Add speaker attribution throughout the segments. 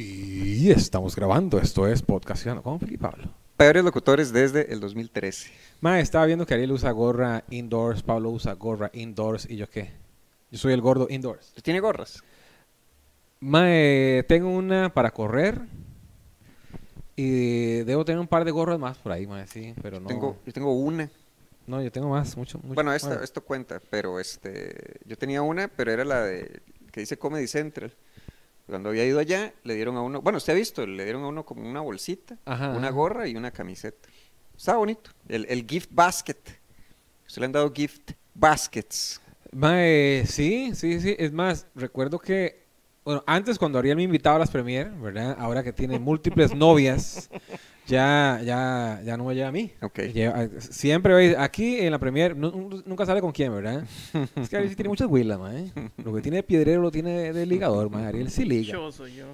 Speaker 1: Sí, estamos grabando. Esto es Podcastando con Felipe Pablo.
Speaker 2: Peores locutores desde el 2013.
Speaker 1: Ma, estaba viendo que Ariel usa gorra indoors, Pablo usa gorra indoors y yo qué. Yo soy el gordo indoors.
Speaker 2: ¿Tiene gorras?
Speaker 1: Ma, eh, tengo una para correr y debo tener un par de gorras más por ahí, ma, sí, pero no.
Speaker 2: Tengo, yo tengo una.
Speaker 1: No, yo tengo más, mucho, mucho-
Speaker 2: Bueno, esta, esto cuenta, pero este, yo tenía una, pero era la de que dice Comedy Central. Cuando había ido allá, le dieron a uno, bueno, usted ha visto, le dieron a uno como una bolsita,
Speaker 1: Ajá,
Speaker 2: una
Speaker 1: ajá.
Speaker 2: gorra y una camiseta. Estaba bonito. El, el gift basket. Se le han dado gift baskets.
Speaker 1: Ma, eh, sí, sí, sí. Es más, recuerdo que, bueno, antes cuando Ariel me invitaba a las premier, ¿verdad? Ahora que tiene múltiples novias, ya, ya, ya no me lleva a mí.
Speaker 2: Ok.
Speaker 1: Lleva- a- siempre, veis, aquí en la premier, nu- nu- nunca sale con quién, ¿verdad? Es que Ariel sí tiene muchas huilas, ma, ¿eh? Lo que tiene de piedrero lo tiene de, de ligador, ma. Ariel sí liga.
Speaker 3: Yo soy yo.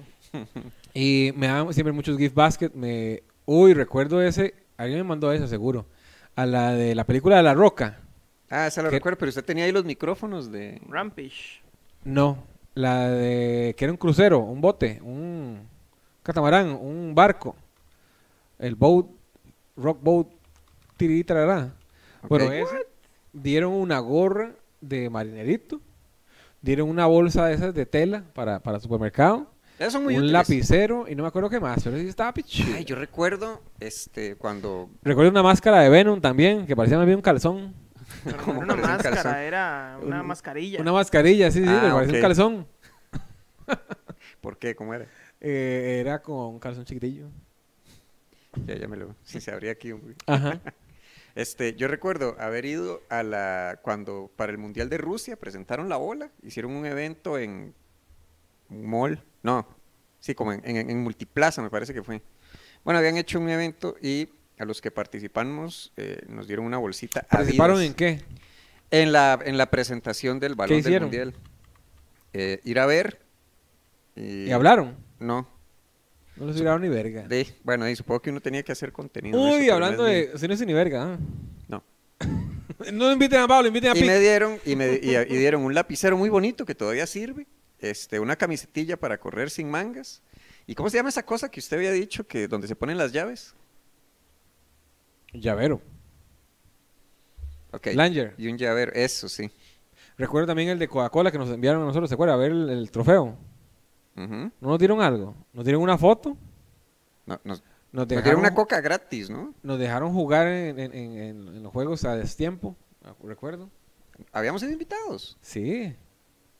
Speaker 1: Y me daban siempre muchos gift basket. Me... Uy, recuerdo ese. Alguien me mandó eso, seguro. A la de la película de La Roca.
Speaker 2: Ah, se lo
Speaker 1: ¿Qué?
Speaker 2: recuerdo, pero usted tenía ahí los micrófonos de...
Speaker 3: Rampage.
Speaker 1: No, la de que era un crucero, un bote, un catamarán, un barco. El boat, rock boat, tiritarará. Bueno,
Speaker 2: Ok.
Speaker 1: ese, dieron una gorra de marinerito, dieron una bolsa de esas de tela para, para supermercado,
Speaker 2: Esos son
Speaker 1: un
Speaker 2: muy útiles.
Speaker 1: lapicero y no me acuerdo qué más, pero sí estaba pichudo.
Speaker 2: Ay, yo recuerdo este, cuando
Speaker 1: Recuerdo una máscara de Venom también, que parecía más bien un calzón.
Speaker 3: Pero no
Speaker 2: Como
Speaker 3: era una
Speaker 2: parece un
Speaker 3: máscara,
Speaker 2: calzón.
Speaker 3: era una
Speaker 1: Un-
Speaker 3: mascarilla.
Speaker 1: Una mascarilla, sí, sí,
Speaker 2: Ah,
Speaker 1: me parecía
Speaker 2: ok.
Speaker 1: un calzón.
Speaker 2: ¿Por qué? ¿Cómo era?
Speaker 1: Eh, era con un calzón chiquitillo.
Speaker 2: Ya, ya me lo... Si se abría aquí un...
Speaker 1: Ajá.
Speaker 2: Este, yo recuerdo haber ido a la... Cuando para el Mundial de Rusia presentaron la bola, hicieron un evento en un mall. No, sí, como en, en- en Multiplaza me parece que fue. Bueno, habían hecho un evento y a los que participamos eh, nos dieron una bolsita
Speaker 1: ¿Participaron
Speaker 2: Adidas.
Speaker 1: en qué?
Speaker 2: En la, en la presentación del balón del
Speaker 1: hicieron?
Speaker 2: Mundial. Eh, ir a ver... ¿Y,
Speaker 1: ¿Y hablaron?
Speaker 2: No,
Speaker 1: No les tiraron ni verga.
Speaker 2: De- bueno, y supongo que uno tenía que hacer contenido. de eso,
Speaker 1: Uy,
Speaker 2: pero no
Speaker 1: hablando
Speaker 2: es
Speaker 1: de cine sin ni verga.
Speaker 2: mi- No.
Speaker 1: ¿ah? No inviten a Pablo, inviten a
Speaker 2: Y me
Speaker 1: Pete.
Speaker 2: dieron, y me y- y dieron un lapicero muy bonito que todavía sirve, este, una camisetilla para correr sin mangas. ¿Y cómo se llama esa cosa que usted había dicho que donde se ponen las llaves?
Speaker 1: Llavero.
Speaker 2: Okay.
Speaker 1: Langer.
Speaker 2: Y un llavero, eso sí.
Speaker 1: Recuerdo también el de Coca-Cola que nos enviaron a nosotros, ¿se acuerda? A ver el, el trofeo.
Speaker 2: Ujú.
Speaker 1: ¿No nos dieron algo? ¿Nos dieron una foto?
Speaker 2: No, nos,
Speaker 1: ¿Nos
Speaker 2: nos
Speaker 1: dejaron,
Speaker 2: dieron una coca gratis, ¿no?
Speaker 1: nos dejaron jugar en, en- en- en- en los juegos a destiempo? ¿Recuerdo?
Speaker 2: Habíamos sido invitados.
Speaker 1: Sí.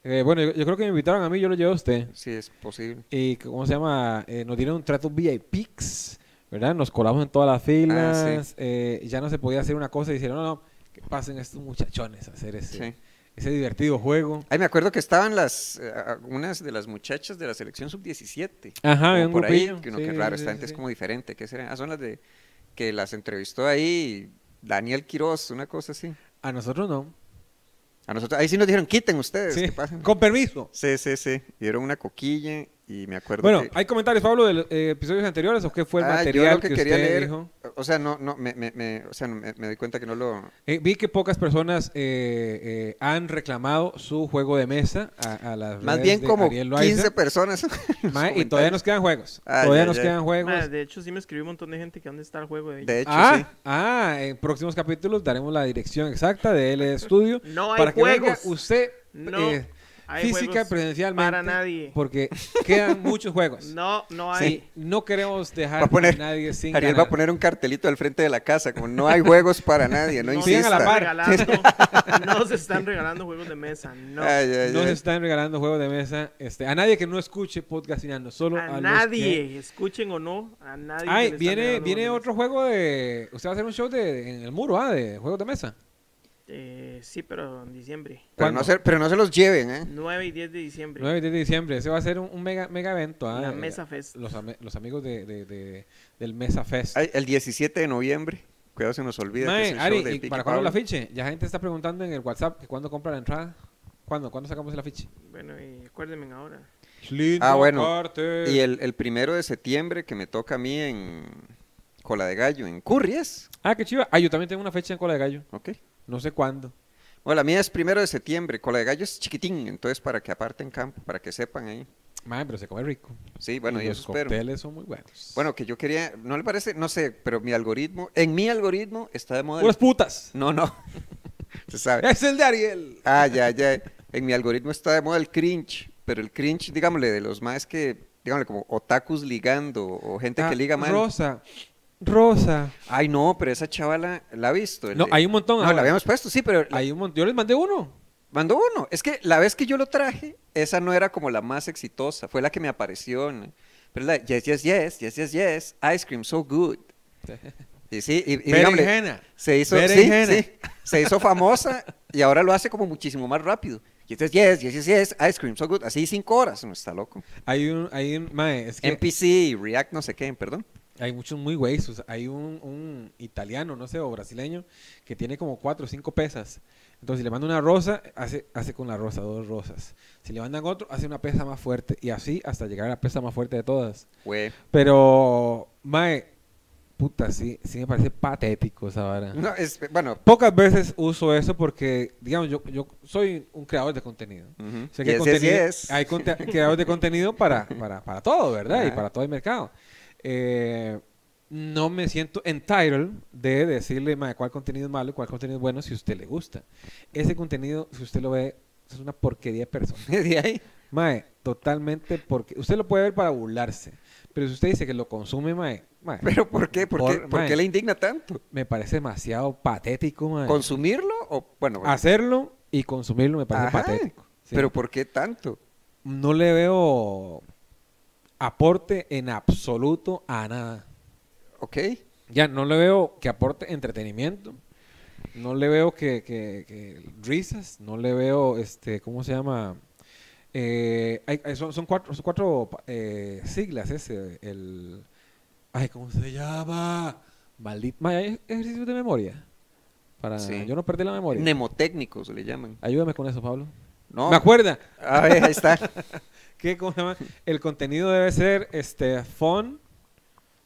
Speaker 1: Eh, bueno, yo, yo creo que me invitaron a mí, yo lo llevé a usted.
Speaker 2: Sí, es posible.
Speaker 1: y que- ¿cómo se llama? Eh, nos dieron un trato VIPs, ¿verdad? Nos colamos en todas las filas,
Speaker 2: Ah,
Speaker 1: eh, ya no se podía hacer una cosa y dijeron, no, no, que pasen estos muchachones a hacer ese,
Speaker 2: Sí.
Speaker 1: ese divertido juego.
Speaker 2: Ay, me acuerdo que estaban las eh, a- unas de las muchachas de la selección sub-17.
Speaker 1: Ajá,
Speaker 2: como
Speaker 1: había un
Speaker 2: por ahí,
Speaker 1: grupillo.
Speaker 2: que uno
Speaker 1: Sí,
Speaker 2: que raro,
Speaker 1: sí,
Speaker 2: esta
Speaker 1: sí,
Speaker 2: gente
Speaker 1: sí.
Speaker 2: es como diferente, ¿qué será? Ah, son las de que las entrevistó ahí Daniel Quiroz, una cosa así.
Speaker 1: A nosotros no.
Speaker 2: A nosotros, ahí sí nos dijeron, quiten ustedes,
Speaker 1: Sí,
Speaker 2: ¿qué pasa?
Speaker 1: Con permiso.
Speaker 2: Sí, sí, sí, y dieron una coquilla y me acuerdo
Speaker 1: Bueno,
Speaker 2: que...
Speaker 1: ¿hay comentarios, Pablo, de los eh, episodios anteriores o qué fue el
Speaker 2: Ah, yo
Speaker 1: material
Speaker 2: lo
Speaker 1: que,
Speaker 2: quería
Speaker 1: usted
Speaker 2: leer,
Speaker 1: dijo?
Speaker 2: O sea, no, no, me, me, me- o sea, me, me doy cuenta que no lo...
Speaker 1: Eh, vi que pocas personas eh, eh, han reclamado su juego de mesa a, a las
Speaker 2: Más
Speaker 1: redes
Speaker 2: bien
Speaker 1: de
Speaker 2: como
Speaker 1: Ariel
Speaker 2: 15
Speaker 1: Loaiza.
Speaker 2: personas. en los
Speaker 1: Ma, y todavía
Speaker 2: comentarios.
Speaker 1: nos quedan juegos.
Speaker 2: Ay,
Speaker 1: todavía
Speaker 2: ay,
Speaker 1: nos
Speaker 2: ay.
Speaker 1: quedan juegos.
Speaker 3: Ma, de hecho, sí me escribió un montón de gente que dónde está el juego de
Speaker 2: De hecho,
Speaker 1: ah,
Speaker 2: sí.
Speaker 1: ah, en próximos capítulos daremos la dirección exacta de LD Studio.
Speaker 3: No hay
Speaker 1: para que venga
Speaker 3: juegos.
Speaker 1: usted
Speaker 3: No
Speaker 1: eh,
Speaker 3: hay
Speaker 1: física y
Speaker 3: juegos
Speaker 1: presencialmente.
Speaker 3: para nadie.
Speaker 1: Porque quedan muchos juegos.
Speaker 3: No, no
Speaker 1: Sí,
Speaker 3: hay.
Speaker 1: no queremos dejar
Speaker 2: Va a poner-
Speaker 1: a nadie sin
Speaker 2: Ariel va
Speaker 1: ganar.
Speaker 2: a poner un cartelito al frente de la casa, como no hay juegos para nadie, no,
Speaker 3: No, se
Speaker 1: Sigan a la
Speaker 2: insista.
Speaker 3: están
Speaker 1: par.
Speaker 3: regalando, no se están regalando juegos de mesa, no.
Speaker 2: Ay, ay,
Speaker 1: Nos
Speaker 2: ay.
Speaker 1: están regalando juegos de mesa. Este, a nadie que no escuche podcastinando, solo a,
Speaker 3: a
Speaker 1: los
Speaker 3: nadie,
Speaker 1: que-
Speaker 3: escuchen o no, a nadie.
Speaker 1: Ay,
Speaker 3: se le están
Speaker 1: viene,
Speaker 3: regalando
Speaker 1: viene
Speaker 3: juegos
Speaker 1: otro juego de. Usted va a hacer un show de, en el muro, ¿ah? De juegos de mesa.
Speaker 3: de mesa. Eh, sí, pero en diciembre.
Speaker 2: Pero no,
Speaker 1: ¿Cuándo?
Speaker 2: se, pero no se los lleven, ¿eh?
Speaker 3: 9 y 10 de diciembre.
Speaker 1: 9 y 10 de diciembre. Ese va a ser un, un mega, mega evento. ¿ah?
Speaker 3: La
Speaker 1: Eh,
Speaker 3: Mesa Fest.
Speaker 1: Los, ame- los amigos de, de- de- del Mesa Fest.
Speaker 2: Ay, el 17 de noviembre. Cuidado, se nos olvida.
Speaker 1: Mae,
Speaker 2: que es el show
Speaker 1: Ari,
Speaker 2: de
Speaker 1: ¿y
Speaker 2: Piqui
Speaker 1: ¿para cuándo el
Speaker 2: Pablo.
Speaker 1: afiche? Ya gente está preguntando en el WhatsApp que cuándo compra la entrada. ¿Cuándo? ¿Cuándo sacamos el afiche?
Speaker 3: Bueno, y acuérdenme ahora.
Speaker 2: Ah, bueno. Y el, el primero de septiembre que me toca a mí en Cola de Gallo, en Curries.
Speaker 1: Ah, qué chiva. Ah, yo también tengo una fecha en Cola de Gallo.
Speaker 2: Ok.
Speaker 1: No sé cuándo.
Speaker 2: Bueno, la mía es primero de septiembre. Cola de Gallo es chiquitín, entonces para que aparten campo, para que sepan ahí.
Speaker 1: Madre, pero se come rico.
Speaker 2: Sí, bueno,
Speaker 1: y
Speaker 2: y
Speaker 1: los
Speaker 2: eso espero.
Speaker 1: cócteles son muy buenos.
Speaker 2: Bueno, que yo quería, no le parece, no sé, pero mi algoritmo, en mi algoritmo está de moda. el-
Speaker 1: puras putas.
Speaker 2: No, no. Se sabe.
Speaker 1: Es el de Ariel.
Speaker 2: Ah, ya, ya. En mi algoritmo está de moda el cringe, pero el cringe, digámosle, de los más que, digámosle, como otakus ligando o gente
Speaker 1: Ah,
Speaker 2: que liga mal.
Speaker 1: Rosa. Rosa.
Speaker 2: Ay, no, pero esa chavala la ha visto. el
Speaker 1: No, hay un montón
Speaker 2: No,
Speaker 1: ahora.
Speaker 2: la habíamos puesto, sí, pero la-
Speaker 1: Hay un montón. Yo les mandé uno.
Speaker 2: mandó uno. Es que la vez que yo lo traje, esa no era como la más exitosa, fue la que me apareció. en- Pero la yes, yes, yes, yes, yes, yes, ice cream so good. Y sí, y, y digámosle,
Speaker 1: Berenjena.
Speaker 2: se hizo, sí,
Speaker 1: Berenjena.
Speaker 2: sí, se hizo famosa y ahora lo hace como muchísimo más rápido. Y entonces, yes, yes, yes, yes, ice cream so good. Así cinco horas, no está loco.
Speaker 1: Hay un, hay un, mae, es que
Speaker 2: NPC, React, no sé qué, perdón.
Speaker 1: hay muchos muy güeyes. Hay un, un italiano, no sé, o brasileño, que tiene como cuatro o cinco pesas. Entonces, si le manda una rosa, hace, hace con la rosa, dos rosas. Si le mandan otro, hace una pesa más fuerte. Y así hasta llegar a la pesa más fuerte de todas.
Speaker 2: Güey.
Speaker 1: Pero, mae, puta, sí, sí me parece patético esa vara.
Speaker 2: No, es, bueno.
Speaker 1: Pocas veces uso eso porque, digamos, yo, yo soy un creador de contenido.
Speaker 2: ujú.
Speaker 1: Sé que hay
Speaker 2: Yes, yes,
Speaker 1: contenido-
Speaker 2: yes.
Speaker 1: hay conte- creadores de contenido para, para, para todo, ¿verdad? Y
Speaker 2: Ajá.
Speaker 1: para todo el mercado. Eh, no me siento entitled de decirle "Mae, cuál contenido es malo y cuál contenido es bueno si a usted le gusta. Ese contenido, si usted lo ve, es una porquería de persona.
Speaker 2: De ahí.
Speaker 1: Mae, totalmente porque usted lo puede ver para burlarse, pero si usted dice que lo consume, mae, mae,
Speaker 2: ¿Pero por qué? ¿Por,
Speaker 1: Por-
Speaker 2: qué, por
Speaker 1: mae.
Speaker 2: qué le indigna tanto?
Speaker 1: me parece demasiado patético, mae.
Speaker 2: ¿Consumirlo o, bueno, bueno,
Speaker 1: Hacerlo y consumirlo me parece
Speaker 2: Ajá,
Speaker 1: patético. Ah, Sí.
Speaker 2: pero por qué tanto?
Speaker 1: no le veo aporte en absoluto a nada.
Speaker 2: ¿Ok?
Speaker 1: Ya, no le veo que aporte entretenimiento. No le veo que, que- que risas. No le veo, este, ¿cómo se llama? Eh, hay- hay- son, son cuatro, son cuatro eh, siglas ese. El, ay, ¿cómo se llama? Maldito. ma, ¿hay ejercicios de memoria? Para
Speaker 2: Sí.
Speaker 1: yo no perder la memoria.
Speaker 2: Mnemotécnicos le llaman.
Speaker 1: Ayúdame con eso, Pablo.
Speaker 2: No.
Speaker 1: ¿Me acuerda?
Speaker 2: A ver, ahí está.
Speaker 1: ¿Qué, ¿Cómo se llama? El contenido debe ser este, fun,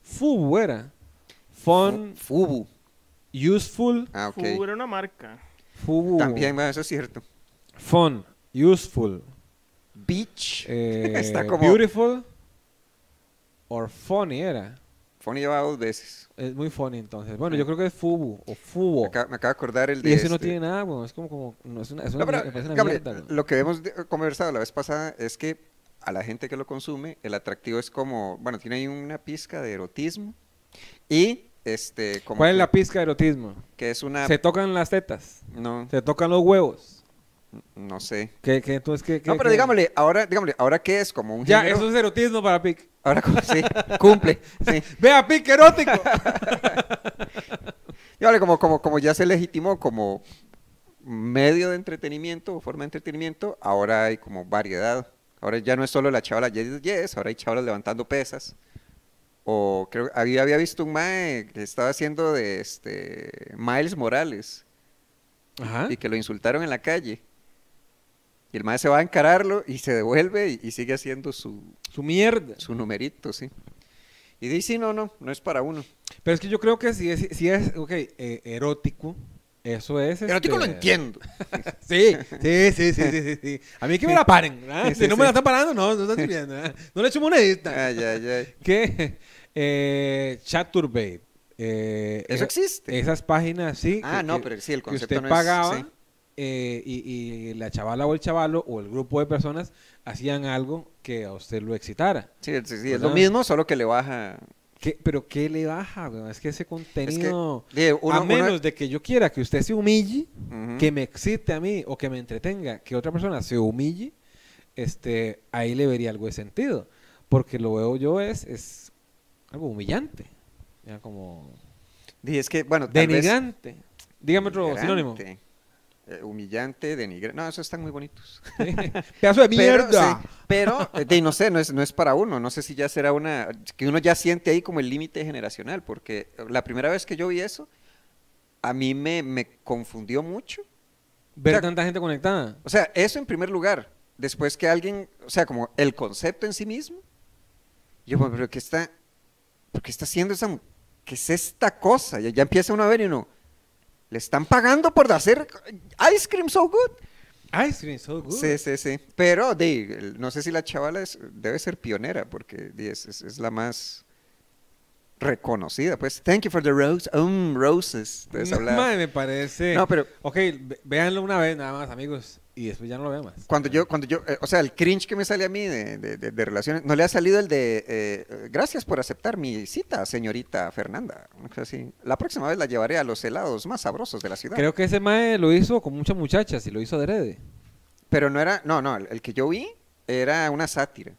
Speaker 1: fubu era. Fun,
Speaker 2: Fubu.
Speaker 1: useful,
Speaker 2: Ah, ok.
Speaker 3: Fubu era una marca.
Speaker 1: fubu.
Speaker 2: También, bueno, eso es cierto.
Speaker 1: Fun, useful,
Speaker 2: Beach.
Speaker 1: eh,
Speaker 2: Está como-
Speaker 1: beautiful, or funny era.
Speaker 2: Fonny lleva dos veces.
Speaker 1: Es muy funny entonces. Bueno, yo creo que es fubu o fubo.
Speaker 2: Me acaba, me acaba de acordar el de.
Speaker 1: Y ese no
Speaker 2: este.
Speaker 1: tiene nada, bueno, es como, como no, es una, es
Speaker 2: No,
Speaker 1: una,
Speaker 2: pero,
Speaker 1: me parece una
Speaker 2: Gabriel,
Speaker 1: mierda, güey.
Speaker 2: lo que hemos de- conversado la vez pasada es que a la gente que lo consume, el atractivo es como, bueno, tiene ahí una pizca de erotismo y este, como
Speaker 1: ¿Cuál es
Speaker 2: que,
Speaker 1: la pizca de erotismo?
Speaker 2: que es una,
Speaker 1: Se tocan las tetas,
Speaker 2: no,
Speaker 1: se tocan los huevos.
Speaker 2: no sé.
Speaker 1: ¿Qué, qué, entonces, qué,
Speaker 2: No,
Speaker 1: qué-
Speaker 2: pero
Speaker 1: qué?
Speaker 2: digámosle, ahora, digámosle, ahora qué es como un
Speaker 1: Ya,
Speaker 2: género-
Speaker 1: eso es erotismo para Pic.
Speaker 2: ahora como- sí, cumple, sí.
Speaker 1: Vea, Pic, erótico.
Speaker 2: Dígale, como, como, como ya se legitimó como medio de entretenimiento o forma de entretenimiento, ahora hay como variedad. Ahora ya no es solo la chavala yes, yes, yes, ahora hay chavalas levantando pesas. O creo que había, había visto un mae que estaba haciendo de este Miles Morales
Speaker 1: Ajá.
Speaker 2: y que lo insultaron en la calle. Y el mae se va a encararlo y se devuelve y, y sigue haciendo su,
Speaker 1: Su mierda.
Speaker 2: su numerito, sí. Y dice, sí, no, no, no es para uno.
Speaker 1: Pero es que yo creo que si es, si es ok, eh, erótico, eso es.
Speaker 2: Erótico lo
Speaker 1: este,
Speaker 2: entiendo.
Speaker 1: Sí, sí, sí, sí, sí, sí, sí. A mí que me la paren. ¿verdad?
Speaker 2: Sí,
Speaker 1: si
Speaker 2: sí,
Speaker 1: no me la
Speaker 2: sí.
Speaker 1: están parando, no, no están sirviendo. ¿verdad? No le echo monedita.
Speaker 2: Ay, ay, ay.
Speaker 1: ¿Qué? Eh, Chaturbate. Eh,
Speaker 2: Eso
Speaker 1: eh,
Speaker 2: existe.
Speaker 1: Esas páginas, sí.
Speaker 2: Ah,
Speaker 1: que-
Speaker 2: no,
Speaker 1: que-
Speaker 2: pero sí, el
Speaker 1: que
Speaker 2: concepto
Speaker 1: usted
Speaker 2: no es-
Speaker 1: pagaba
Speaker 2: sí.
Speaker 1: eh, y, y la chavala o el chavalo o el grupo de personas hacían algo que a usted lo excitara.
Speaker 2: Sí, sí, sí, es
Speaker 1: ¿Verdad?
Speaker 2: lo mismo, solo que le baja.
Speaker 1: ¿Qué- pero ¿qué le baja? weón? Es que ese
Speaker 2: Es que,
Speaker 1: contenido...
Speaker 2: de, uno-
Speaker 1: a
Speaker 2: uno-
Speaker 1: menos de que yo quiera que usted se humille,
Speaker 2: Ujú.
Speaker 1: que me excite a mí o que me entretenga, que otra persona se humille, este, ahí le vería algo de sentido. Porque lo veo yo es, es algo humillante. Ya como
Speaker 2: de, es que, bueno, tal vez-
Speaker 1: denigrante. Dígame otro sinónimo.
Speaker 2: denigrante, eh, humillante, denigrante. No, esos están muy bonitos.
Speaker 1: Pedazo de
Speaker 2: Pero,
Speaker 1: mierda.
Speaker 2: sí, Pero, eh, de, no sé, no es, no es para uno. No sé si ya será una. Que uno ya siente ahí como el límite generacional. Porque la primera vez que yo vi eso, a mí me, me confundió mucho.
Speaker 1: Ver
Speaker 2: O sea,
Speaker 1: tanta gente conectada.
Speaker 2: O sea, eso en primer lugar. Después que alguien, o sea, como el concepto en sí mismo. Yo, bueno, pero ¿qué está, pero qué está haciendo esa, mu- qué es esta cosa? Ya, ya empieza uno a ver y uno, le están pagando por hacer ice cream so good.
Speaker 1: Ice cream, so good.
Speaker 2: Sí, sí, sí. Pero di, el- no sé si la chavala es- debe ser pionera, porque di, es, es- es la más reconocida. Pues, thank you for the rose. Um, roses. Entonces,
Speaker 1: No,
Speaker 2: hablaba-
Speaker 1: Mm, madre, me parece.
Speaker 2: No, pero-
Speaker 1: Ok, ve- véanlo una vez nada más, amigos. Y después ya no lo vean más.
Speaker 2: Cuando yo, cuando yo, eh, o sea, el cringe que me sale a mí de, de- de- de relaciones, no le ha salido el de eh, eh, gracias por aceptar mi cita, señorita Fernanda. Una cosa así. La próxima vez la llevaré a los helados más sabrosos de la ciudad.
Speaker 1: Creo que ese mae lo hizo con muchas muchachas y lo hizo adrede.
Speaker 2: Pero no era, no, no, el, el que yo vi era una sátira.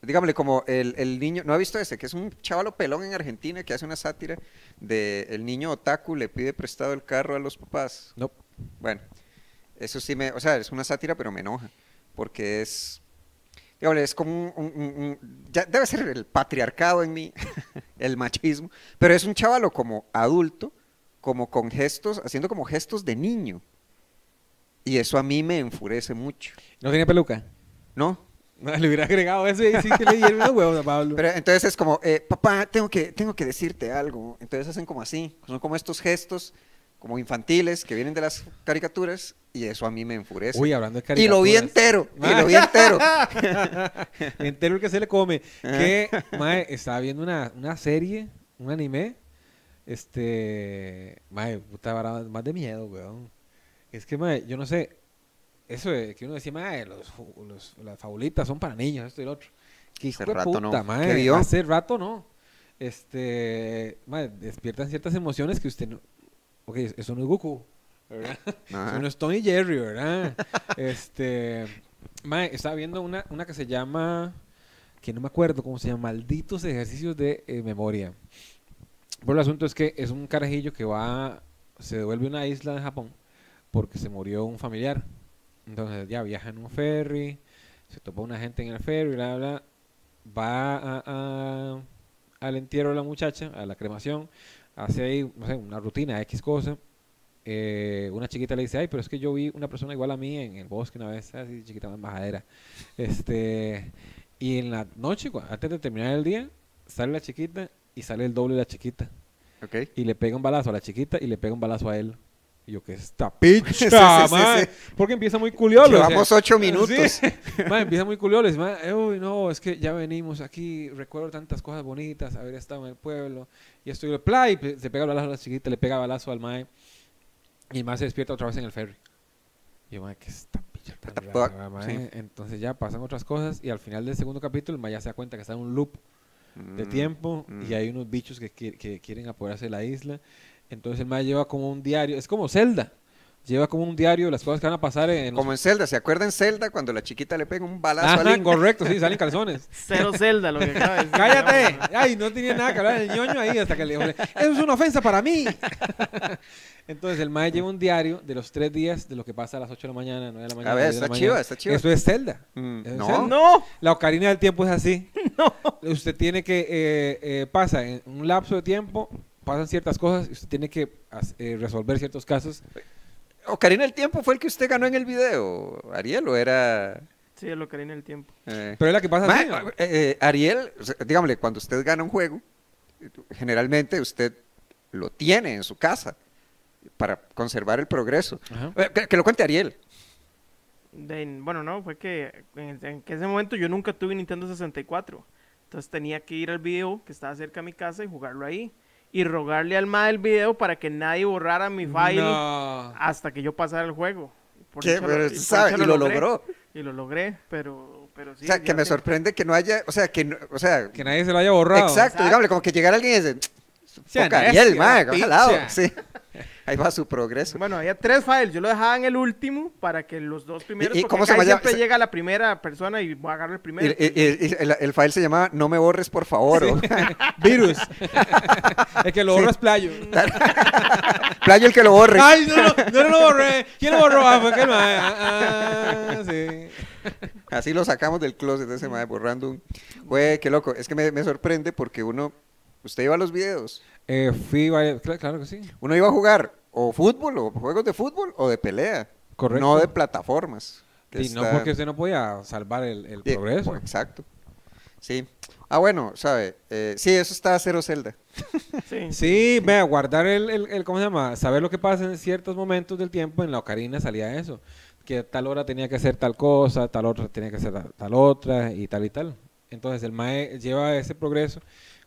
Speaker 2: Dígamele, como el, el niño, ¿no ha visto ese? Que es un chavalo pelón en Argentina que hace una sátira de el niño otaku le pide prestado el carro a los papás.
Speaker 1: No.
Speaker 2: Bueno, eso sí me, o sea, es una sátira, pero me enoja, porque es, dígame, es como un, un- un- un- ya debe ser el patriarcado en mí, el machismo, pero es un chavalo como adulto, como con gestos, haciendo como gestos de niño, y eso a mí me enfurece mucho,
Speaker 1: No tiene peluca.
Speaker 2: ¿no?
Speaker 1: No, le hubiera agregado eso y sí que le dieron una huevos a Pablo.
Speaker 2: Pero entonces es como, eh, papá, tengo que, tengo que decirte algo. Entonces hacen como así, son como estos gestos como infantiles que vienen de las caricaturas y eso a mí me enfurece.
Speaker 1: Uy, hablando de
Speaker 2: y
Speaker 1: caricaturas.
Speaker 2: lo vi entero, y lo vi entero.
Speaker 1: entero el que se le come. Que, mae, estaba viendo una, una serie, un anime. Este. Mae, puta vara, más de miedo, weón. Es que, mae, yo no sé. Eso de que uno decía, mae, los, ju- los- las fabulitas son para niños, esto y lo otro. Que hijo
Speaker 2: Hace
Speaker 1: de
Speaker 2: rato
Speaker 1: puta,
Speaker 2: no.
Speaker 1: mae.
Speaker 2: ¿Qué vio?
Speaker 1: Hace rato no. Este. Mae, despiertan ciertas emociones que usted no. Ok, eso no es Goku. ¿Verdad?
Speaker 2: Ajá.
Speaker 1: Son unos Tony Jerry, ¿verdad? este. Mae, estaba viendo una, una que se llama. Que no me acuerdo cómo se llama. Malditos ejercicios de eh, memoria. Pero el asunto es que es un carajillo que va. Se devuelve a una isla de Japón. Porque se murió un familiar. Entonces ya viaja en un ferry. Se topa una gente en el ferry, bla, bla. Va a- a- al entierro de la muchacha, a la cremación. Hace ahí, no sé, una rutina, X cosa eh, una chiquita le dice, ay, pero es que yo vi una persona igual a mí en el bosque una vez, así chiquita más majadera. Este, y en la noche, cua- antes de terminar el día, sale la chiquita y sale el doble de la chiquita.
Speaker 2: Ok.
Speaker 1: Y le pega un balazo a la chiquita y le pega un balazo a él. Y yo, que esta
Speaker 2: Sí, sí,
Speaker 1: picha,
Speaker 2: sí,
Speaker 1: mae".
Speaker 2: sí.
Speaker 1: Porque empieza muy culiolo. o sea,
Speaker 2: Llevamos ocho minutos.
Speaker 1: Sí. Mae, empieza muy culioles. mae, eh, uy, no, es que ya venimos aquí, recuerdo tantas cosas bonitas, haber estado en el pueblo. Y estoy, play, pe- se pega el balazo a la chiquita, le pega balazo al mae. Y el mae se despierta otra vez en el ferry. Y yo, mae, que esta picha tan
Speaker 2: What the
Speaker 1: rara,
Speaker 2: fuck?
Speaker 1: mae.
Speaker 2: Sí.
Speaker 1: Entonces ya pasan otras cosas. Y al final del segundo capítulo, el mae ya se da cuenta que está en un loop de
Speaker 2: Mm,
Speaker 1: tiempo
Speaker 2: mm.
Speaker 1: y hay unos bichos que, qui- que quieren apoderarse de la isla. Entonces el mae lleva como un diario, es como Zelda, lleva como un diario de las cosas que van a pasar en, en los-
Speaker 2: Como en Zelda, ¿se acuerdan Zelda cuando la chiquita le pega un balazo
Speaker 1: Ajá,
Speaker 2: al Link?
Speaker 1: correcto, sí, salen calzones.
Speaker 3: Cero Zelda, lo que acaba de decir.
Speaker 1: ¡Cállate! Ay, no tenía nada que hablar del ñoño ahí hasta que le dijo, eso es una ofensa para mí. Entonces el mae lleva un diario de los tres días de lo que pasa a las 8 de la mañana, 9 de la mañana.
Speaker 2: A ver,
Speaker 1: 10 de la
Speaker 2: está
Speaker 1: mañana.
Speaker 2: chiva, está chiva.
Speaker 1: Eso es Zelda.
Speaker 2: Mm,
Speaker 1: Eso es
Speaker 2: no.
Speaker 1: Zelda.
Speaker 3: No,
Speaker 1: La ocarina del tiempo es así. Usted tiene que, eh, eh, pasa en un lapso de tiempo, pasan ciertas cosas y usted tiene que as- eh, resolver ciertos casos.
Speaker 2: Ocarina del Tiempo fue el que usted ganó en el video, Ariel, o era...
Speaker 3: Sí, lo que en el tiempo.
Speaker 2: eh,
Speaker 1: Pero es la que pasa
Speaker 2: Ma-
Speaker 1: así, ¿no?
Speaker 2: eh, eh, Ariel, o sea, dígame, cuando usted gana un juego, generalmente usted lo tiene en su casa para conservar el progreso.
Speaker 1: Ajá.
Speaker 2: Eh, Que, que lo cuente Ariel.
Speaker 3: De- bueno, no, fue que en, en que ese momento yo nunca tuve Nintendo 64. Entonces tenía que ir al video que estaba cerca de mi casa y jugarlo ahí. Y rogarle al ma del video para que nadie borrara mi file
Speaker 1: No.
Speaker 3: hasta que yo pasara el juego. Por
Speaker 2: ¿Qué?
Speaker 3: eso
Speaker 2: Pero
Speaker 3: por
Speaker 2: sabe,
Speaker 3: eso
Speaker 2: y lo
Speaker 3: logré.
Speaker 2: logró.
Speaker 3: Y lo logré, pero, pero sí.
Speaker 2: o sea, que
Speaker 3: ya
Speaker 2: me
Speaker 3: sé.
Speaker 2: sorprende que no haya, o sea, que, no- o sea,
Speaker 1: Que nadie se lo haya borrado.
Speaker 2: exacto,
Speaker 3: Exacto.
Speaker 2: dígame, como que llegara alguien y dice,
Speaker 1: Sea
Speaker 2: "Poca
Speaker 1: necio,
Speaker 2: Ariel, ma,
Speaker 1: la
Speaker 2: que jalado".
Speaker 1: picha.
Speaker 2: Sí. Ahí va su progreso.
Speaker 3: Bueno, había tres files. Yo lo dejaba en el último para que los dos primeros.
Speaker 2: y
Speaker 3: porque
Speaker 2: cómo se
Speaker 3: casi
Speaker 2: llama?
Speaker 3: siempre
Speaker 2: Se-
Speaker 3: llega la primera persona y va a agarrar el
Speaker 2: Y,
Speaker 3: primero.
Speaker 2: y- y- y el, el file se llamaba No me borres, por favor. o-
Speaker 1: Virus. es que lo borras playo.
Speaker 2: Playo el que lo borre.
Speaker 1: Ay, no, no, no, no lo borré. ¿Quién lo borró? Ah, fue aquel mae. Ah, ah, sí.
Speaker 2: Así lo sacamos del closet de ese mae, borrando un... Güey, qué loco. Es que me, me sorprende porque uno... Usted iba a los videos.
Speaker 1: Eh, fui varias- cla- claro que sí.
Speaker 2: Uno iba a jugar o fútbol, o juegos de fútbol, o de pelea.
Speaker 1: Correcto.
Speaker 2: No de plataformas. que
Speaker 1: Y no
Speaker 2: está-
Speaker 1: porque usted no podía salvar el, el
Speaker 2: Eh,
Speaker 1: progreso.
Speaker 2: pues, exacto. Sí. Ah, bueno, sabe. eh, sí, eso está a cero celda.
Speaker 3: Sí.
Speaker 1: Sí, vea, guardar el, el, el- ¿cómo se llama? Saber lo que pasa en ciertos momentos del tiempo, en la ocarina salía eso. que a tal hora tenía que hacer tal cosa, a tal otra tenía que hacer ta- tal, otra y tal y tal. Entonces el mae lleva ese progreso,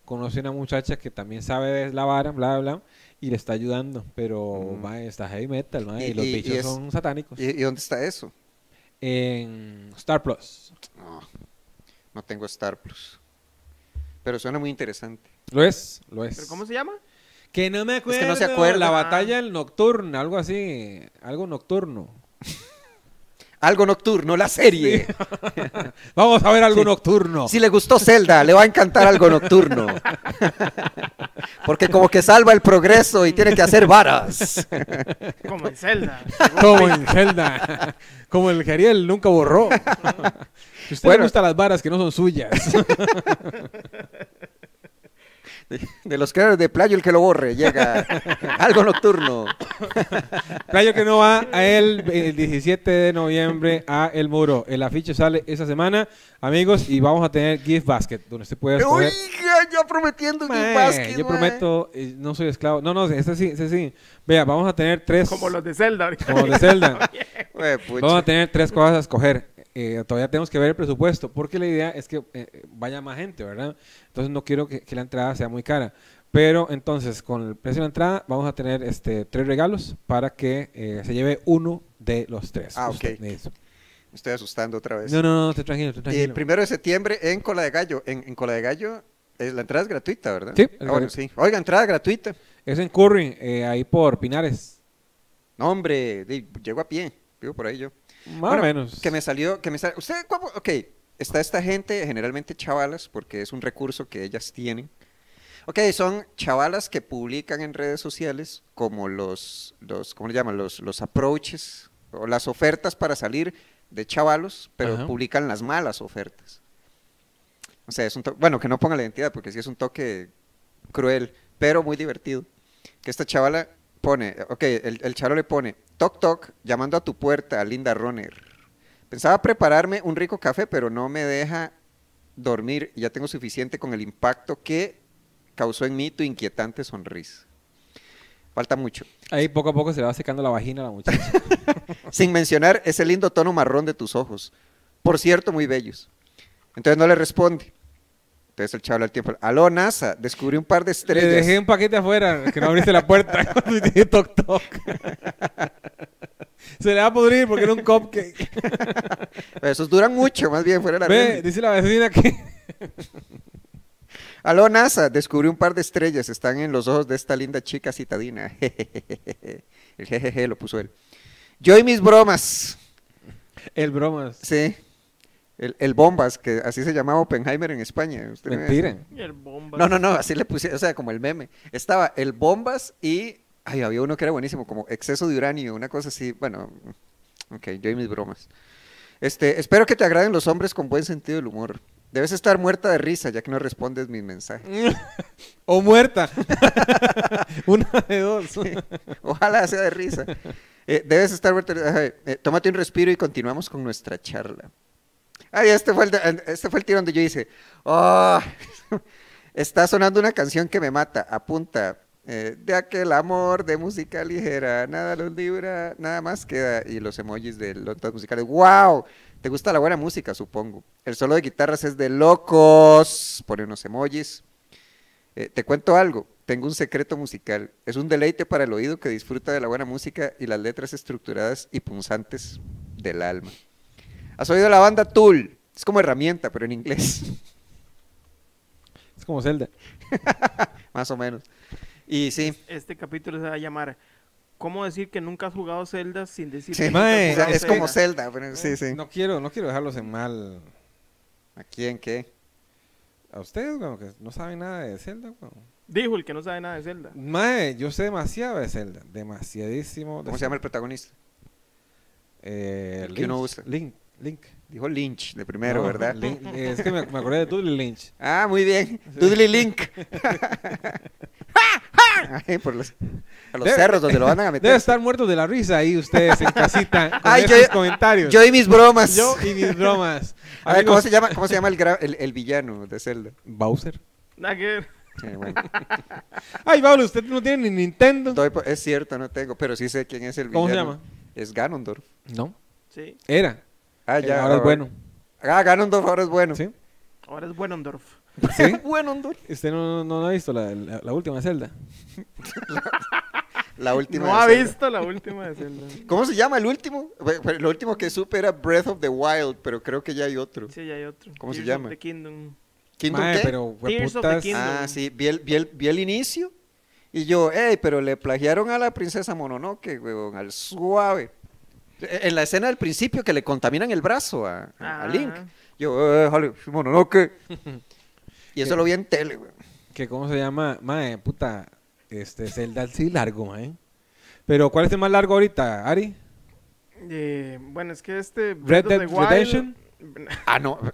Speaker 1: conoce una muchacha que también sabe de la vara, bla, bla, bla, y le está ayudando, pero
Speaker 2: Mm.
Speaker 1: mae, está heavy metal, mae, y,
Speaker 2: Y-
Speaker 1: los
Speaker 2: y- y
Speaker 1: bichos
Speaker 2: es-
Speaker 1: son satánicos.
Speaker 2: ¿Y, y dónde está eso?
Speaker 1: En Star Plus.
Speaker 2: No, no tengo Star Plus. Pero suena muy interesante.
Speaker 1: Lo es, lo es.
Speaker 3: ¿Pero cómo se llama?
Speaker 1: Que no me acuerdo.
Speaker 2: que no se acuerda.
Speaker 1: La batalla del nocturno, algo así, algo nocturno.
Speaker 2: Algo nocturno, la serie.
Speaker 1: Vamos a ver algo
Speaker 2: Sí.
Speaker 1: nocturno.
Speaker 2: Si le gustó Zelda, le va a encantar algo nocturno. Porque como que salva el progreso y tiene que hacer varas.
Speaker 3: Como en Zelda.
Speaker 1: Como en Zelda. Como el que Ariel nunca borró. Si usted
Speaker 2: Bueno.
Speaker 1: le gustan las varas que no son suyas.
Speaker 2: De los creadores de Playo, el que lo borre, llega algo nocturno.
Speaker 1: Playo que no va a él el 17 de noviembre a El Muro. El afiche sale esa semana, amigos, y vamos a tener Gift Basket, donde usted puede escoger.
Speaker 2: Oiga, ya prometiendo que
Speaker 1: Mae,
Speaker 2: Vázquez,
Speaker 1: yo
Speaker 2: mae.
Speaker 1: prometo, eh, no soy esclavo. No, no, ese sí, ese sí. Vea, vamos a tener tres.
Speaker 3: Como los de Zelda. ahorita.
Speaker 1: como de Zelda.
Speaker 2: Güey, pucha.
Speaker 1: Vamos a tener tres cosas a escoger. Eh, todavía tenemos que ver el presupuesto, porque la idea es que eh, vaya más gente, ¿verdad? Entonces no quiero que, que la entrada sea muy cara. Pero entonces, con el precio de la entrada, vamos a tener este, tres regalos para que eh, se lleve uno de los tres.
Speaker 2: Ah,
Speaker 1: Usted
Speaker 2: ok. Pues
Speaker 1: me dice.
Speaker 2: Me estoy asustando otra vez.
Speaker 1: No, no, no, esté tranquilo, esté
Speaker 2: Eh,
Speaker 1: tranquilo.
Speaker 2: primero de septiembre en Cola de Gallo. En, en Cola de Gallo, eh, la entrada es gratuita, ¿verdad?
Speaker 1: Sí, es
Speaker 2: Ah, bueno,
Speaker 1: gratuita.
Speaker 2: sí. Oiga, entrada gratuita.
Speaker 1: es en Curry, eh, ahí por Pinares.
Speaker 2: No, hombre, di- llego a pie. Vivo por ahí yo.
Speaker 1: Más
Speaker 2: Bueno,
Speaker 1: o menos.
Speaker 2: Que me salió, que me salió. Usted, guapo, ok, está esta gente, generalmente chavalas, porque es un recurso que ellas tienen. Ok, son chavalas que publican en redes sociales como los, los ¿cómo le llaman? Los, los approaches o las ofertas para salir de chavalos, pero
Speaker 1: Ajá.
Speaker 2: publican las malas ofertas. O sea, es un to- bueno, que no ponga la identidad porque sí es un toque cruel, pero muy divertido. Que esta chavala pone, ok, el, el chavo le pone, toc toc, llamando a tu puerta, Linda Runner. Pensaba prepararme un rico café, pero no me deja dormir. Ya tengo suficiente con el impacto que causó en mí tu inquietante sonrisa. Falta mucho.
Speaker 1: Ahí poco a poco se le va secando la vagina a la muchacha.
Speaker 2: Sin mencionar ese lindo tono marrón de tus ojos. Por cierto, muy bellos. Entonces no le responde. Entonces el chaval al tiempo, aló NASA, descubrí un par de
Speaker 1: le
Speaker 2: estrellas.
Speaker 1: dejé un paquete afuera, que no abriste la puerta. cuando dije toc, toc. se le va a pudrir porque era un cupcake.
Speaker 2: Pues Esos duran mucho, más bien fuera de la
Speaker 1: Ve,
Speaker 2: red.
Speaker 1: dice la vecina que.
Speaker 2: Aló NASA, descubrí un par de estrellas, están en los ojos de esta linda chica citadina. El jejeje lo puso él. Yo y mis bromas.
Speaker 1: El bromas.
Speaker 2: Sí. El, el Bombas, que así se llamaba Oppenheimer en España. Usted no es-
Speaker 1: Mentira.
Speaker 3: Y el bomba.
Speaker 2: No, no, no, así le pusieron, o sea, como el meme. Estaba el Bombas y. Ay, había uno que era buenísimo, como exceso de uranio, una cosa así. Bueno, ok, yo y mis bromas. Este, espero que te agraden los hombres con buen sentido del humor. Debes estar muerta de risa ya que no respondes mis mensajes.
Speaker 1: o muerta. Una de dos.
Speaker 2: Ojalá sea de risa. Eh, debes estar muerto. ajá, eh, tómate un respiro y continuamos con nuestra charla. Ay, este fue el, de- este fue el tiro donde yo hice. "Ah, está sonando una canción que me mata. Apunta. eh, de aquel amor de música ligera, nada los libra, nada más queda. Y los emojis de los notas musicales. ¡Wow! ¿Te gusta la buena música, supongo? El solo de guitarras es de locos. Pone unos emojis. Eh, te cuento algo, tengo un secreto musical. Es un deleite para el oído que disfruta de la buena música y las letras estructuradas y punzantes del alma. ¿Has oído la banda Tool? Es como herramienta, pero en inglés,
Speaker 1: Es como Zelda.
Speaker 2: más o menos. Y sí,
Speaker 3: Este capítulo se va a llamar ¿Cómo decir que nunca has jugado Zelda sin decir
Speaker 2: Sí.
Speaker 3: que nunca has
Speaker 1: Mae,
Speaker 2: o sea,
Speaker 3: jugado
Speaker 2: es como
Speaker 3: Zelda?
Speaker 2: Zelda, pero sí, sí.
Speaker 1: Eh, No quiero, no quiero dejarlos en mal.
Speaker 2: ¿A quién qué?
Speaker 1: A ustedes, weón, que no saben nada de Zelda, weón.
Speaker 3: Dijo el que no sabe nada de Zelda.
Speaker 1: Mae, yo sé demasiado de Zelda. Demasiadísimo. de
Speaker 2: ¿Cómo se llama el
Speaker 1: Zelda.
Speaker 2: protagonista?
Speaker 1: Eh,
Speaker 2: el que uno
Speaker 1: Link,
Speaker 2: usa?
Speaker 1: Link. Link.
Speaker 2: Dijo Lynch de primero,
Speaker 1: No,
Speaker 2: ¿verdad?
Speaker 1: Link- eh, es que me, me acordé de Doodle Lynch.
Speaker 2: Ah, muy bien. Doodly Link. ¡Ja, ja! Ay, por los, a los
Speaker 1: Debe-
Speaker 2: cerros donde lo van a meter.
Speaker 1: Debe estar muertos de la risa ahí ustedes en casita con
Speaker 2: Ay, yo-
Speaker 1: esos comentarios.
Speaker 2: Yo y mis bromas.
Speaker 1: Yo y mis bromas.
Speaker 2: A ver, ¿cómo
Speaker 1: Amigos-
Speaker 2: se llama, cómo se llama el, gra- el, el villano de Zelda?
Speaker 1: Bowser.
Speaker 3: Nada que ver.
Speaker 2: Eh, bueno,
Speaker 1: Ay, Pablo, usted no tiene ni Nintendo.
Speaker 2: doy po- es cierto, no tengo, pero sí sé quién es el villano.
Speaker 1: ¿Cómo se llama?
Speaker 2: Es Ganondorf.
Speaker 1: No.
Speaker 3: Sí.
Speaker 1: Era.
Speaker 2: Ah,
Speaker 1: El
Speaker 2: ya.
Speaker 1: Eh, ahora es
Speaker 2: ahora-
Speaker 1: bueno.
Speaker 2: Ah, Ganondorf ahora es bueno.
Speaker 1: ¿Sí?
Speaker 3: Ahora es Buenondorf.
Speaker 1: ¿Sí?
Speaker 2: Ganondorf.
Speaker 1: ¿Usted no, no, no ha visto la, la- la última celda?
Speaker 2: La última.
Speaker 3: No ha
Speaker 2: de Zelda.
Speaker 3: visto la última de Zelda.
Speaker 2: ¿Cómo se llama el último? Pe- pe- Lo último que supe era Breath of the Wild, pero creo que ya hay otro.
Speaker 3: Sí, ya hay otro.
Speaker 2: ¿Cómo se
Speaker 3: Tears of
Speaker 2: llama?
Speaker 3: the Kingdom.
Speaker 2: ¿Kingdom
Speaker 1: Mae,
Speaker 2: qué?
Speaker 1: pero
Speaker 3: Tears of the
Speaker 1: putas.
Speaker 3: Kingdom.
Speaker 2: Ah, sí, vi el, vi el- vi el inicio y yo, hey, pero le plagiaron a la princesa Mononoke, weón, al suave. E- En la escena del principio que le contaminan el brazo a, a- a Link.
Speaker 3: Ajá.
Speaker 2: Yo, eh, jale, Mononoke. y eso lo vi en tele, weón.
Speaker 1: que cómo se llama, mae, puta, este Zelda sí largo, mae. Pero ¿cuál es el más largo ahorita, Ari?
Speaker 3: Eh, bueno, es que este.
Speaker 1: Red
Speaker 3: Breath of
Speaker 1: Dead
Speaker 3: the Wild-
Speaker 1: Redemption,
Speaker 2: Ah, no.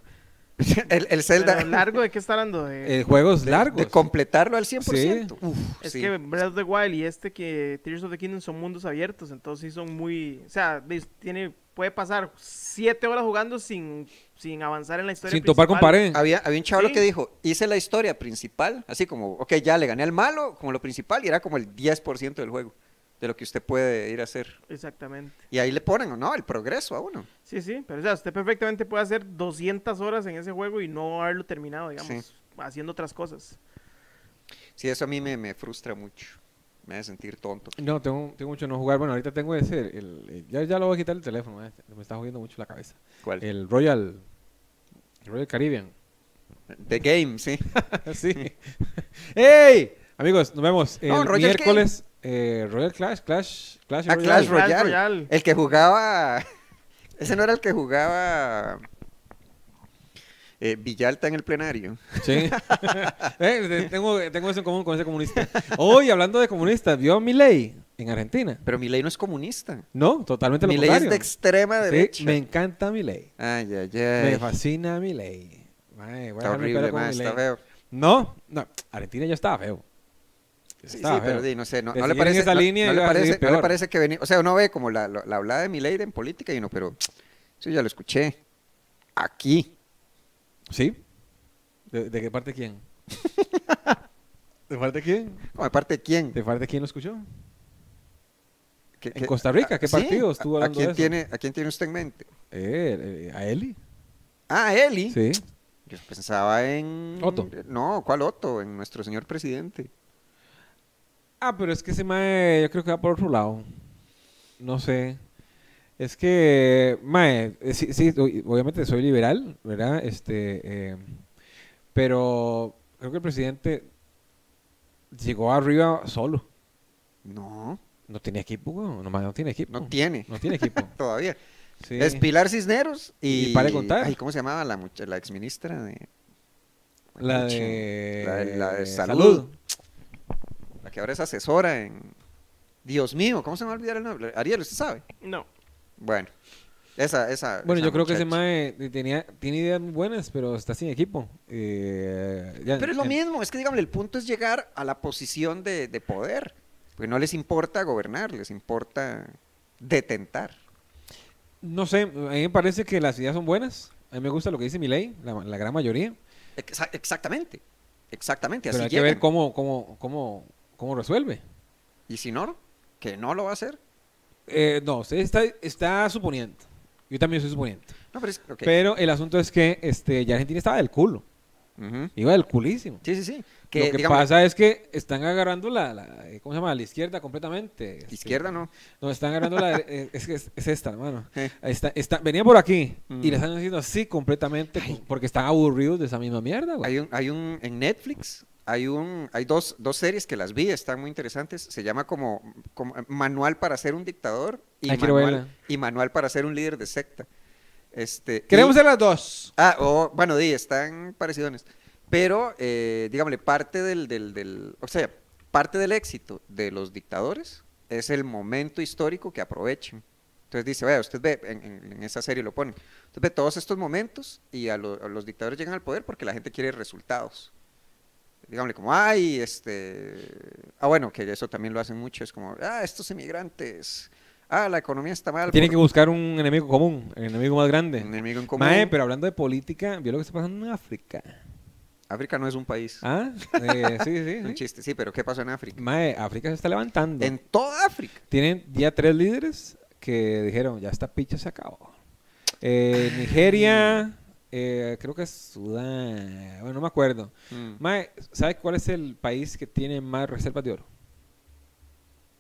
Speaker 2: El, el
Speaker 3: Pero
Speaker 2: Zelda,
Speaker 3: largo, ¿de qué está hablando? De-
Speaker 1: eh, juegos largos.
Speaker 2: de completarlo al 100%. Uf,
Speaker 1: Pues
Speaker 3: es
Speaker 2: sí.
Speaker 3: que Breath of the Wild y este que Tears of the Kingdom son mundos abiertos, entonces sí son muy. O sea, de- tiene, puede pasar siete horas jugando sin, sin avanzar en la historia.
Speaker 1: sin topar con
Speaker 3: principal.
Speaker 1: pared.
Speaker 2: Había, había un chavalo
Speaker 3: Sí.
Speaker 2: que dijo, hice la historia principal, así como, ok, ya le gané al malo, como lo principal, y era como el 10% del juego, de lo que usted puede ir a hacer.
Speaker 3: Exactamente.
Speaker 2: Y ahí le ponen, ¿no? El progreso a uno.
Speaker 3: Sí, sí, pero o sea, usted perfectamente puede hacer 200 horas en ese juego y no haberlo terminado, digamos, haciendo otras cosas.
Speaker 2: Sí, eso a mí me, me frustra mucho. Me hace sentir tonto.
Speaker 1: No, tengo, tengo mucho no jugar. Bueno, ahorita tengo ese, el, el- ya, ya lo voy a quitar el teléfono, mae, me está jodiendo mucho la cabeza.
Speaker 2: ¿Cuál?
Speaker 1: El Royal, el Royal Caribbean.
Speaker 2: The Game, sí.
Speaker 1: sí. ¡Ey! Amigos, nos vemos el
Speaker 2: No, Royal King.
Speaker 1: miércoles. eh, Royal Clash, Clash, Clash
Speaker 2: Ah,
Speaker 1: Royale.
Speaker 2: Clash
Speaker 3: Royale.
Speaker 2: Royale. El que jugaba... Ese no era el que jugaba... eh, Villalta en el plenario.
Speaker 1: Sí. Eh, de- tengo, tengo eso en común con ese comunista. Hoy, hablando de comunistas, ¿vio a Milei en Argentina?
Speaker 2: Pero mi ley no es comunista.
Speaker 1: No, totalmente lo
Speaker 2: Mi ley es
Speaker 1: contrario.
Speaker 2: de extrema
Speaker 1: Sí,
Speaker 2: derecha.
Speaker 1: me encanta Milei.
Speaker 2: Ay, ay,
Speaker 1: Me
Speaker 2: ay.
Speaker 1: fascina Milei. Mae, voy a
Speaker 2: Está
Speaker 1: dejar mi pelo
Speaker 2: horrible,
Speaker 1: como
Speaker 2: ma, está
Speaker 1: Milei.
Speaker 2: feo.
Speaker 1: No, no, Argentina ya estaba feo. Ya
Speaker 2: Sí, sí,
Speaker 1: estaba
Speaker 2: pero
Speaker 1: feo.
Speaker 2: di, no sé, no,
Speaker 1: De
Speaker 2: no le
Speaker 1: seguir en
Speaker 2: parece,
Speaker 1: esa
Speaker 2: no-
Speaker 1: línea
Speaker 2: no le
Speaker 1: iba a seguir
Speaker 2: parece, no le
Speaker 1: peor.
Speaker 2: parece que venir, o sea, uno ve como la, la, la hablada de Milei en política y uno, pero eso ya lo escuché aquí.
Speaker 1: ¿Sí? ¿De, de qué parte quién? ¿De parte quién?
Speaker 2: Como aparte de quién?
Speaker 1: ¿De parte quién lo escuchó?
Speaker 2: ¿Qué-
Speaker 1: en
Speaker 2: qué-
Speaker 1: Costa Rica, ¿qué
Speaker 2: sí?
Speaker 1: partido
Speaker 2: ¿A-
Speaker 1: estuvo
Speaker 2: a,
Speaker 1: hablando de
Speaker 2: quién
Speaker 1: eso?
Speaker 2: tiene, ¿A quién tiene usted en mente?
Speaker 1: Eh, eh, ¿A Eli?
Speaker 2: Ah, Eli.
Speaker 1: Sí.
Speaker 2: Yo pensaba en...
Speaker 1: Otto.
Speaker 2: No, ¿cuál Otto? En nuestro señor presidente.
Speaker 1: Ah, pero es que ese mae, yo creo que va por otro lado. No sé. Es que, mae, eh, sí, sí, o- obviamente soy liberal, ¿verdad? Este, eh, pero creo que el presidente llegó arriba solo.
Speaker 2: No,
Speaker 1: No tenía equipo, weón, No, mae, no tiene equipo.
Speaker 2: no tiene
Speaker 1: No tiene equipo.
Speaker 2: todavía.
Speaker 1: Sí.
Speaker 2: Es Pilar Cisneros y...
Speaker 1: Y para de contar.
Speaker 2: Ay, ¿cómo se llamaba la, mucha- la exministra de...
Speaker 1: La de,
Speaker 2: La de- la de salud. La que ahora es asesora en... Dios mío, ¿cómo se me va a olvidar el nombre? Ariel, ¿usted sabe?
Speaker 3: No.
Speaker 2: Bueno, esa, esa.
Speaker 1: Bueno,
Speaker 2: esa
Speaker 1: yo creo que ese
Speaker 2: muchacha.
Speaker 1: mae eh, tenía, tiene ideas muy buenas, pero está sin equipo. Eh, ya-
Speaker 2: Pero es lo
Speaker 1: en-
Speaker 2: mismo, es que digamos, el punto es llegar a la posición de, de poder. Porque no les importa gobernar, les importa detentar.
Speaker 1: No sé, a mí me parece que las ideas son buenas. A mí me gusta lo que dice Milei, la, la gran mayoría.
Speaker 2: Exa- exactamente, exactamente,
Speaker 1: Pero
Speaker 2: así
Speaker 1: hay que ver
Speaker 2: llegan.
Speaker 1: cómo, cómo, cómo, cómo resuelve.
Speaker 2: Y si no, que no lo va a hacer.
Speaker 1: Eh, no, usted está, está suponiendo. Yo también soy suponiendo.
Speaker 2: No, pero es- ok.
Speaker 1: Pero el asunto es que este, ya Argentina estaba del culo.
Speaker 2: Ujú.
Speaker 1: Iba del culísimo.
Speaker 2: Sí, sí, sí.
Speaker 1: lo
Speaker 2: Que,
Speaker 1: que
Speaker 2: digamos,
Speaker 1: pasa es que están agarrando la, la- eh, ¿cómo se llama? La izquierda completamente. Este,
Speaker 2: izquierda no.
Speaker 1: No, están agarrando la... eh, es, que es, es esta, hermano.
Speaker 2: Eh.
Speaker 1: Está, está- venía por aquí y
Speaker 2: Mm.
Speaker 1: la están haciendo así completamente con- porque están aburridos de esa misma mierda, güey.
Speaker 2: Hay un, hay un, en Netflix, hay un, hay dos, dos series que las vi, están muy interesantes. Se llama como, como Manual para ser un dictador y,
Speaker 1: Ay, quiero
Speaker 2: manual,
Speaker 1: verla.
Speaker 2: y Manual para ser un líder de secta. Este, y-
Speaker 1: Queremos ser las dos.
Speaker 2: Ah, o- bueno, di, están parecidones. Pero, eh, digámosle, parte del, del, del- o sea, parte del éxito de los dictadores es el momento histórico que aprovechen. Entonces dice, vea, usted ve, en, en- en esa serie lo ponen, usted ve todos estos momentos y a, lo- a los dictadores llegan al poder porque la gente quiere resultados. Digámosle, como, ay, este... Ah, bueno, que eso también lo hacen mucho, es como, ah, estos inmigrantes, ah, la economía está mal.
Speaker 1: Tienen que
Speaker 2: por
Speaker 1: buscar un enemigo común, el enemigo más grande.
Speaker 2: un enemigo en común.
Speaker 1: Mae, pero hablando de política, vio lo que está pasando en África.
Speaker 2: África no es un país.
Speaker 1: Ah, eh, sí, sí,
Speaker 2: Un
Speaker 1: sí.
Speaker 2: chiste, sí, pero ¿qué pasó en África?
Speaker 1: Mae, África se está levantando.
Speaker 2: En toda África.
Speaker 1: Tienen ya tres líderes que dijeron, ya esta picha se acabó. Eh, Nigeria, eh, creo que es Sudán, bueno, no me acuerdo.
Speaker 2: Mm,
Speaker 1: Mae, ¿sabe cuál es el país que tiene más reservas de oro?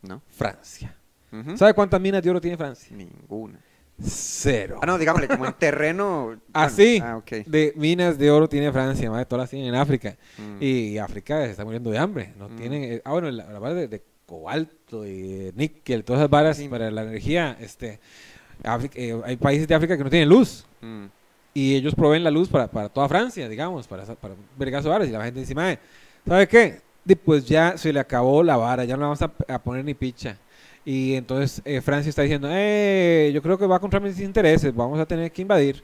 Speaker 2: ¿No?
Speaker 1: Francia.
Speaker 2: Ujú.
Speaker 1: ¿Sabe cuántas minas de oro tiene Francia?
Speaker 2: Ninguna.
Speaker 1: Cero.
Speaker 2: Ah, no, digámosle, como en terreno. bueno,
Speaker 1: Así
Speaker 2: Ah, ok.
Speaker 1: de minas de oro tiene Francia, mae, todas las tienen en África.
Speaker 2: Mm.
Speaker 1: Y África se está muriendo de hambre. No
Speaker 2: Mm.
Speaker 1: tienen, eh, ah, bueno, la, la vara de, de cobalto y de níquel, todas esas varas
Speaker 2: Sí.
Speaker 1: para la energía. Este, África- eh, hay países de África que no tienen luz.
Speaker 2: Mm.
Speaker 1: Y ellos proveen la luz para, para toda Francia, digamos, para, esa- para vergazo varas. Y la gente dice, mae, ¿sabe qué? Di, Pues ya se le acabó la vara, ya no la vamos a, a poner ni picha. Y entonces eh, Francia está diciendo, eh, yo creo que va a comprar mis intereses, vamos a tener que invadir.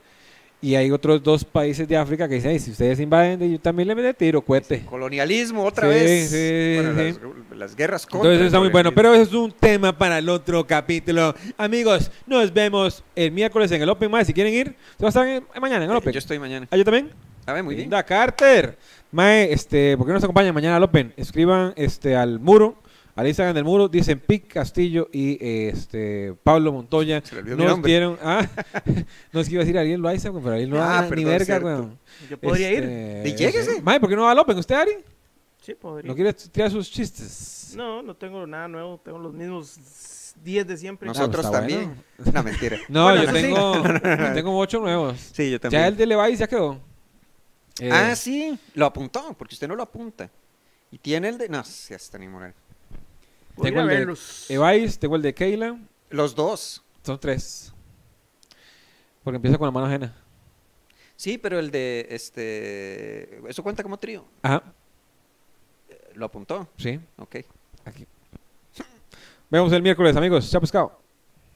Speaker 1: Y hay otros dos países de África que dicen, "Ay, si ustedes invaden, de- yo también le meto tiro, cohete.
Speaker 2: Colonialismo otra
Speaker 1: Sí,
Speaker 2: vez.
Speaker 1: sí,
Speaker 2: Bueno,
Speaker 1: sí.
Speaker 2: Las, las guerras contra.
Speaker 1: Entonces eso
Speaker 2: el
Speaker 1: está muy bueno,
Speaker 2: colonialismo.
Speaker 1: pero eso es un tema para el otro capítulo. Amigos, nos vemos el miércoles en el Open Mae. Si quieren ir, se va a estar en- mañana en el
Speaker 2: Eh,
Speaker 1: Open.
Speaker 2: Yo estoy mañana.
Speaker 1: ¿Ah, yo también?
Speaker 2: A ver, muy bien.
Speaker 1: Linda Carter. Mae, este, ¿por qué no nos acompañan mañana al Open? Escriban este, al muro, al Instagram del muro, dicen Pic Castillo y eh, este, Pablo Montoya.
Speaker 2: Se le olvidó mi
Speaker 1: Nos
Speaker 2: nombre.
Speaker 1: dieron. Ah, no es que iba a decir Ariel Loaiza, güey, pero Ariel no
Speaker 2: Ah,
Speaker 1: va ni
Speaker 2: perdón,
Speaker 1: verga,
Speaker 2: cierto.
Speaker 1: weón.
Speaker 3: Yo podría ir.
Speaker 1: Este,
Speaker 2: Y lléguese.
Speaker 1: no sé. Mae, ¿por qué no va al Open? ¿Usted, Ari?
Speaker 3: Sí, podría.
Speaker 1: ¿No quiere tirar sus chistes?
Speaker 3: No, no tengo nada nuevo. Tengo los mismos 10 de siempre.
Speaker 1: No, pues,
Speaker 2: Nosotros
Speaker 1: está
Speaker 2: también. No, mentira.
Speaker 1: No,
Speaker 3: Bueno,
Speaker 1: yo,
Speaker 3: eso sí.
Speaker 1: tengo, yo tengo ocho nuevos.
Speaker 2: Sí, yo también.
Speaker 1: Ya el de Levi's ya quedó. Eh,
Speaker 2: Ah, sí. Lo apuntó, porque usted no lo apunta. Y tiene el de. No, sí, hasta ni moral.
Speaker 3: Voy a ir
Speaker 1: Tengo
Speaker 3: a
Speaker 1: el de
Speaker 3: verlos.
Speaker 1: Levi's, tengo el de Keila.
Speaker 2: Los dos.
Speaker 1: Son tres. Porque empieza con la mano ajena.
Speaker 2: Sí, pero el de. este Eso cuenta como trío.
Speaker 1: Ajá,
Speaker 2: Eh, Lo apuntó.
Speaker 1: sí,
Speaker 2: Ok.
Speaker 1: aquí. Vemos el miércoles, amigos. Chao, pescado.